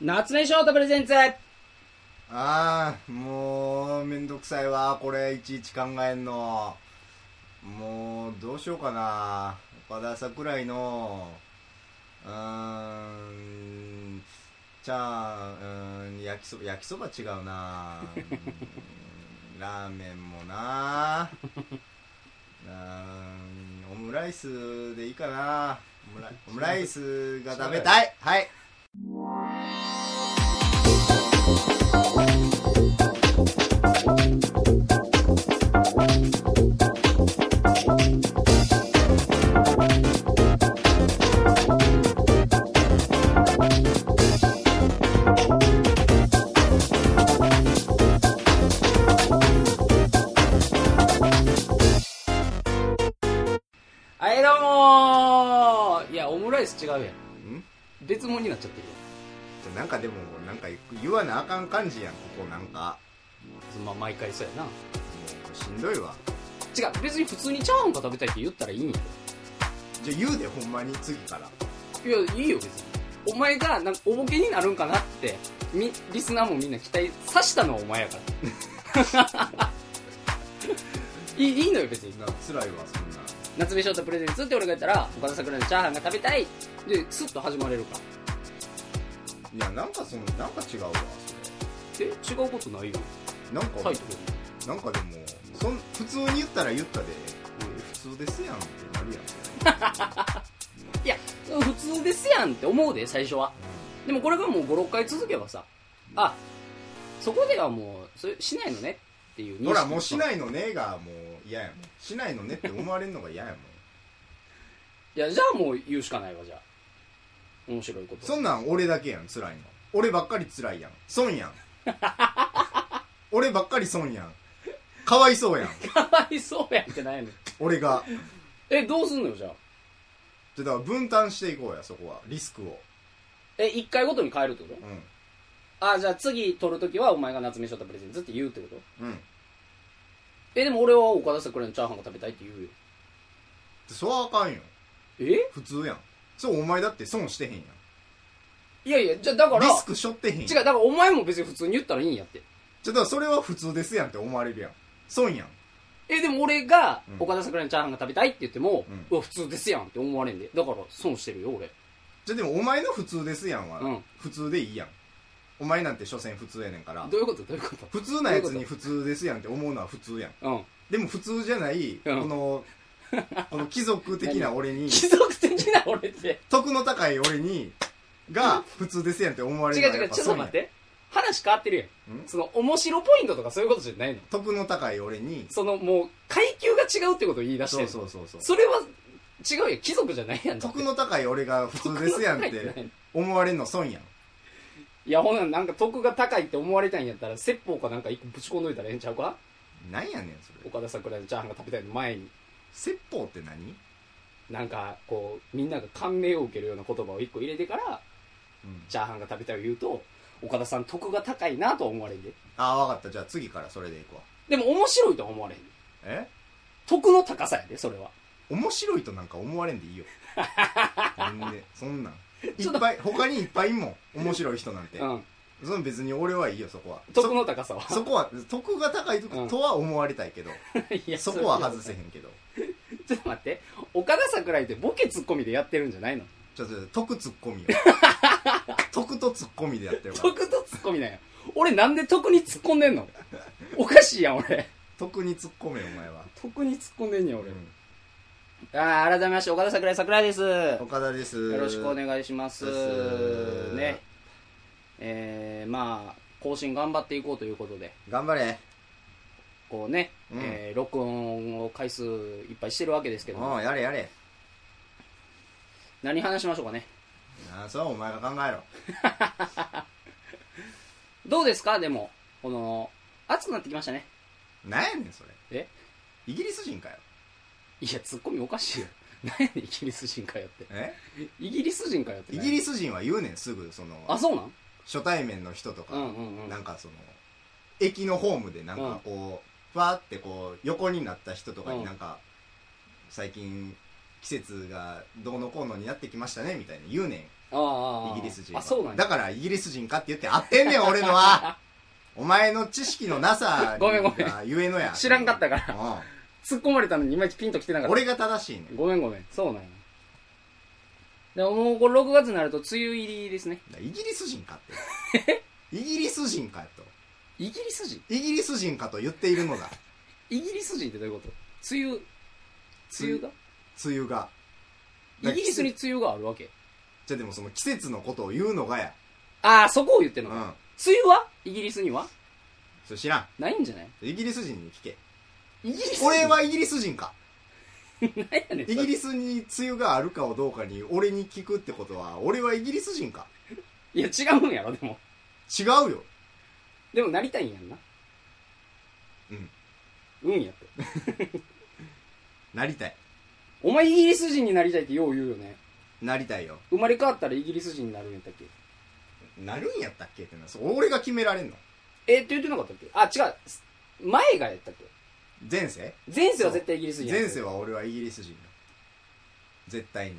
夏目翔太プレゼンツああもうめんどくさいわこれいちいち考えんのもうどうしようかな岡田桜井のうーんじゃあうーん焼きそば焼きそば違うなうーんラーメンもなうーんオムライスでいいかなオムライオムライスが食べたいはいはいどうもーいやオムライス違うやんん別物になっちゃってるなんかでもなんか言わなあかん感じやんここなんかやんまあ毎回そうやもうしんどいわな違う別に普通にチャーハンが食べたいって言ったらいいんやじゃあ言うでほんまに次からいやいいよ別にお前がなんかおぼけになるんかなってみリスナーもみんな期待さしたのはお前やから いいいいのよ別にな辛いわそんな夏目翔太プレゼンツって俺が言ったら岡田桜井のチャーハンが食べたいでスッと始まれるからいやなんかそのなんか違うわそえ違うことないよれなんか、タイトルになんかでもそん普通に言ったら言ったで普通ですやんってなるやんいや普通ですやんって思うで最初はでもこれがもう56回続けばさあそこではもうそれしないのねっていうほらもうしいないのねがもう嫌やもんしないのねって思われるのが嫌やもんいやじゃあもう言うしかないわじゃあ面白いことそんなん俺だけやん辛いの俺ばっかり辛いやん損 やん俺ばっかり損やんかわいそうやんかわい そうやんってないの俺がえどうすんのよじゃあじゃあだから分担していこうやそこはリスクをえ1回ごとに変えるってことうあじゃあ次撮るときはお前が夏目翔太プレゼンツって言うってことんうんえでも俺は岡田桜井のチャーハンが食べたいって言うよそらあかんよえ普通やんそうお前だって損してへんやんいやいやじゃあだからリスクしょってへんやん違うじだゃからお前も別に普通に言ったらいいんやってだからそれは普通ですやんって思われるやん損やんえでも俺がうん岡田桜井のチャーハンが食べたいって言っても、うんうわ普通ですやんって思われんでだから損してるよ俺じゃあでもお前の普通ですやんは、うん普通でいいやんお前なんて所詮普通やねんからどういうことどういうこと普通なやつに普通ですやんって思うのは普通やんうんでも普通じゃない、うん このこの貴族的な俺に貴族的な俺って徳の高い俺にが普通ですやんって思われ違うるのは違やうっぱちょっと損や待っんて話変わってるやんうんその面白ポイントとかそういうことじゃないの徳の高い俺にそのもう階級が違うってことを言い出してそるうそうそうそうそれは違うよ貴族じゃないやんだって徳の高い俺が普通ですやんっ徳の高いってなてい思われんの損やん いやほんならなんか得が高いって思われたいんやったら説法かなんか一個ぶち込んどいたらええんちゃうかなんやねんそれ岡田桜井のチャーハンが食べたいの前に説法って何、なんかこうみんなが感銘を受けるような言葉を一個入れてからうんチャーハンが食べたいを言うと岡田さん得が高いなとは思われんでああ分かったじゃあ次からそれでいくわでも面白いとは思われんでえ得の高さやでそれは面白いとなんか思われんでい いよなんでそんなんいちょっっとぱい他にいっぱいいんもん面白い人なんてうんその別に俺はいいよそこは得の高さはそそこは徳が高いと,、うんとは思われたいけど いやそこは外せへんけど ちょっと待って岡田桜井ってボケツッコミでやってるんじゃないのちょっと徳ツッコミ よ徳とツッコミでやってるから得とツッコミなんや俺なんで得に突っ込んでんのおかしいやん俺徳にツッコめお前は、得に突っ込んでんねんう俺、んああ改めまして岡田桜井桜井ですよ岡田ですろしくお願いしますですねえー、まあ更新頑張っていこうということで頑張れこうね、うんえー録音を回数いっぱいしてるわけですけどもうんやれやれ何話しましょうかねあそれはお前が考えろどうですかでもこの暑くなってきましたねなんやねんそれえイギリス人かよいやツッコミおかしいよ 何やねんイギリス人かよってえイギリス人かよってイねギリス人は言うねんすぐそのあそうなん初対面の人とか、うんうんうんなんかその駅のホームでなんうんかこう、ふわってこう横になった人とかうにんなんか、最近季節がどうのこうのになってきましたねみたいな言うねんああイギリス人はあそうなんだだからイギリス人かって言って合ってんねん俺の はお前の知識のなさごめんごめんがゆえのや知らんかったからうん突っ込まれたのにいまいちピンときてなかった俺が正しいねんごめんごめんそうなんやでももうこれ6月になると梅雨入りですねだからイギリス人かってイギリス人かとイギリス人イギリス人かと言っているのだイギリス人ってどういうこと梅雨梅雨が梅雨がイギリスに梅雨があるわけじゃあでもその季節のことを言うのがやああそこを言ってうるんの、梅雨はイギリスにはそれ知らんないんじゃないイギリス人に聞けイギリス俺はイギリス人か何やねんそイれギリスに梅雨があるかをどうかに俺に聞くってことは俺はイギリス人かいや違うんやろでも違うよでもなりたいんやんなうんうんやってなりたいお前イギリス人になりたいってよう言うよねなりたいよ生まれ変わったらイギリス人になるんやったっけなるんやったっけってなそれ俺が決められんのえって言ってなかったっけあ違う前がやったっけ前世前世は絶対イギリス人やん前世は俺はイギリス人だ絶対に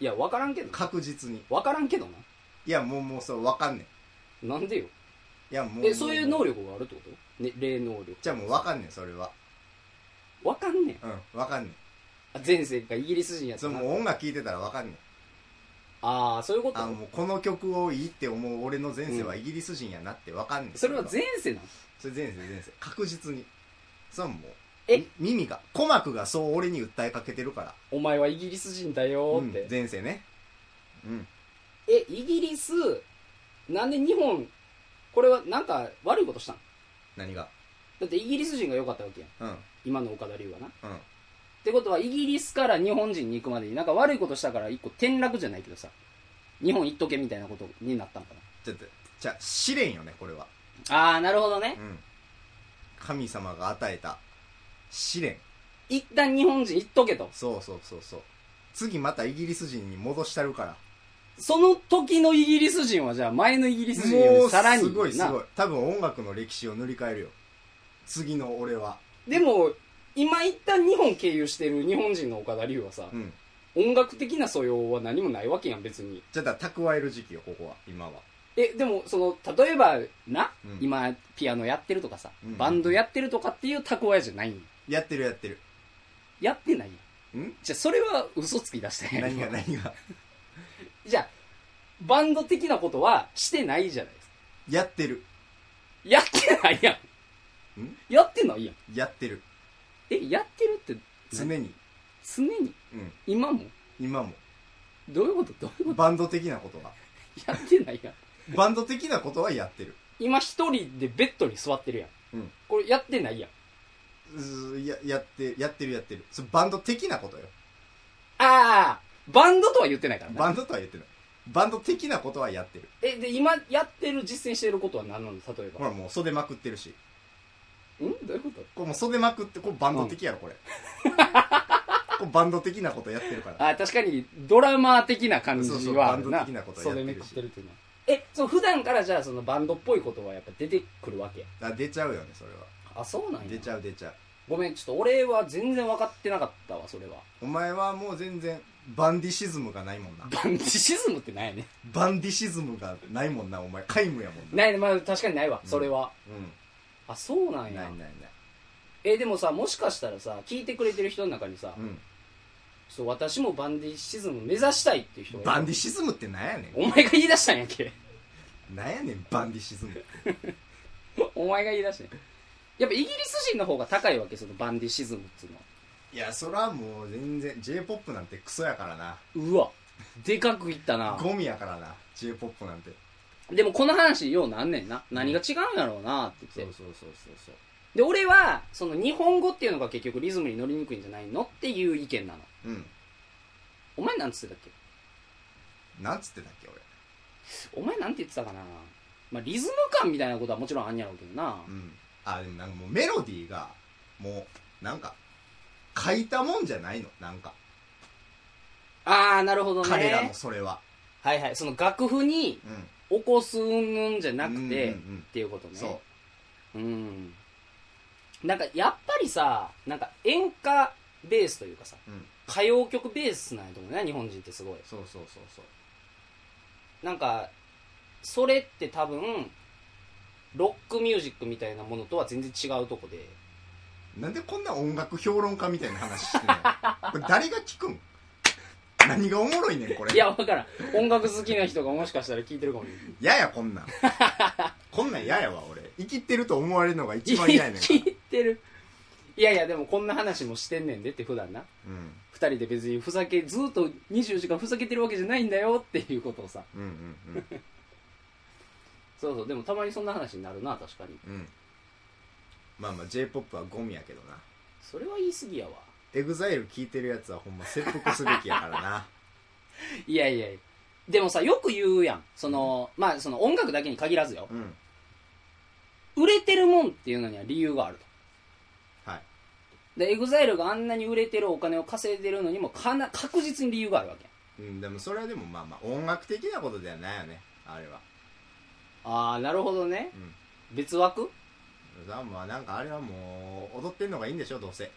いや分からんけどな確実に分からんけどいやもうもうそうわかんねななんでよんいやもうえそういう能力力があるってこと、ね、霊能力じゃあもうわかんねんそれは分かんねんうんわかんねあ前世がイギリス人やっんそたれなもう音楽聴いてたらわかんねんああそういうことあもうこの曲をいいって思う俺の前世はイギリス人やなってわかんねんそれは前世なのそれ前世前世確実にそれはもうえみ耳が鼓膜がそう俺に訴えかけてるから、お前はイギリス人だよーって、うん前世ねうんえイギリスなんで日本これはなんか悪いことしたの何がだってイギリス人が良かったわけやんうんうん今の岡田龍はなってことはイギリスから日本人に行くまでになんか悪いことしたから一個転落じゃないけどさ日本行っとけみたいなことになったのかちょっとじゃあ試練よねこれはなああなるほどうねん神様が与えた試練一旦日本人行っとけとそうそうそうそう次またイギリス人に戻したるからその時のイギリス人はじゃあ前のイギリス人よもりうさらにすごいすなごい多分音楽の歴史を塗り替えるよ次の俺はでも今一旦日本経由してる日本人の岡田龍はさう、ん音楽的な素養は何もないわけやん別にじゃあだから蓄える時期よここは今はえでもその例えばな、うん今ピアノやってるとかさ、うんバンドやってるとかっていう蓄えじゃないんやってるやってるやってないやんん じゃあそれは嘘つき出して何が何がじゃあバンド的なことはしてないじゃないですかやってるやってないやんんやってないやんやってるえやってるって常に常にうん今も今もどういうことどういうこバンド的なことはとやってないやんバンド的なことはやってる今一人でベッドに座ってるやん、うんこれやってないやんうーややってやってるやってるそれバンド的なことよああバンドとは言ってないからなバンドとは言ってないバンド的なことはやってるえで今やってる実践してることは何なの例えほばらもう袖まくってるしうんどういうことこれもう袖まくってこれバンド的やろこれこれバンド的なことやってるからあ確かにドラマー的な感じそうそうはあるバンなド的なことやって袖るしめくってるっていうのはえそう普段からじゃあそのバンドっぽいことはやっぱ出てくるわけあ出ちゃうよねそれはあそうなんや出ちゃう出ちゃうごめんちょっと俺は全然分かってなかったわそれはお前はもう全然バンディシズムがないもんなバンディシズムってないねバンディシズムがないもんなお前皆無やもんなないねまあ確かにないわ、うんそれはうあそうなんんなやいないないえでもさもしかしたらさ聞いてくれてる人の中にさ、うんそう私もバンディシズム目指したいっていう人がバンいるディシズムってなんやねお前が言い出したんやっけ んなんやねんバンディシズムってお前が言い出したんややっぱイギリス人の方が高いわけそのバンディシズムっつうのはいやそらもう全然 j p o p なんてクソやからなうわでかくいったなゴミやからな j p o p なんてでもこの話ようなんねんな何が違うんやろうなって言ってそうそうそうそうで俺はその日本語っていうのが結局リズムに乗りにくいんじゃないのっていう意見なのそううんお前なんつってたっけなんつってたっけ俺お前なんて言ってたかなまあリズム感みたいなことはもちろんあんやろうけどなうんあでもなんかもうメロディーがもうなんか書いたもんじゃないのなんかああなるほどね彼らのそれははいはいその楽譜にうん起こすうんぬんじゃなくて、うんうんうんっていうことねそううんなんかやっぱりさなんか演歌ベースというかさううん歌謡曲ベースなんやと思うね日本人ってすごいそうそうそうそうなんかそれって多分ロックミュージックみたいなものとは全然違うとこでなんでこんな音楽評論家みたいな話して んのこれ誰が聞くん何がおもろいねんこれいや分からん音楽好きな人がもしかしたら聞いてるかもしややこんなん こんなんややわ俺生きてると思われるのが一れな番い嫌やねんから 聞いてるいやいやでもこんな話もしてんねんでって普段なうん2人で別にふざけずっと24時間ふざけてるわけじゃないんだよっていうことをさうんうんそうそうでもたまにそんな話になるな確かにうんうんまあまあ j p o p はゴミやけどなそれは言い過ぎやわエグザイル聞いてるやつはほんま切腹すべきやからないやいやいやでもさよく言うやんそのまあその音楽だけに限らずようん売れてるもんっていうのには理由があるとはいでエグザイルがあんなに売れてるお金を稼いでるのにもかな確実に理由があるわけやんうん、でもそれはでもまあまあ音楽的なことではないよねあれはああなるほどねうん別枠さあまあなんかあれはもう踊ってんのがいいんでしょどうせ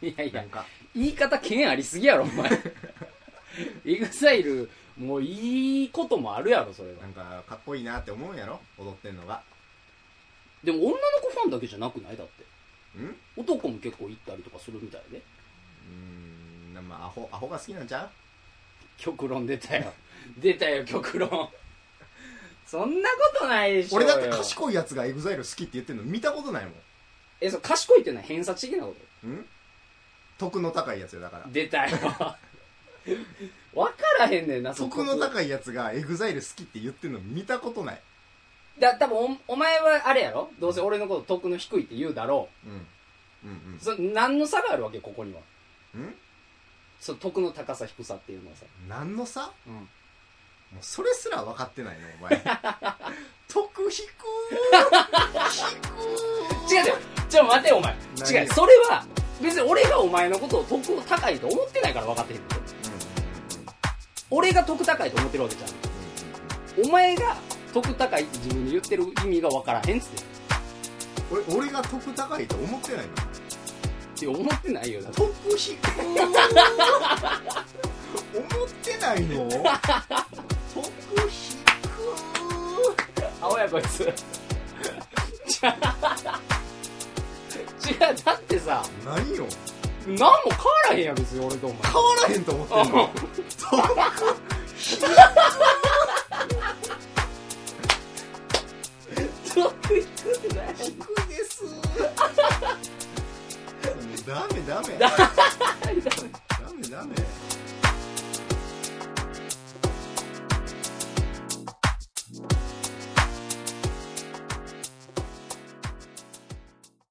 いやいなやんか言い方剣ありすぎやろお 前エグザイルもういいこともあるやろそれはなんかかっこいいなって思うんやろ踊ってんのがでも女の子ファンだけじゃなくないだってうんう男も結構行ったりとかするみたいでーんまあアホアホが好きなんちゃう極論出たよ 出たよ極論そんなことないでしょ俺だってい賢いやつがエグザイル好きって言ってるの見たことないもえそう賢いっていうのは偏差値的なこんうん得の高いやつよだからと出たよ 分からへんねんなそこ得の高いやつがエグザイル好きって言ってるの見たことないだ多分おお前はあれやろどうせ俺のこと得の低いって言うだろうんうんうそ何の差があるわけここにはうんうんその得の高さ低さっていうのはさ、何の差うん、もうそれすら分かってないのお前得引く違う違うちょっと待てよお前何よ違うそれは別に俺がお前のことを得を高いと思ってないから分かってへんねん俺が得高いと思ってるわけじゃんお前が得高いって自分で言ってる意味が分からへんっつって俺俺が得高いと思ってないのって思ってないよだって得引く思ってないの得引く青やこいつ違うだってさ何よ何も変わらへんやん別に俺とお前変わらへんと思ってんのうん得 得意くない引くですもうダメダメ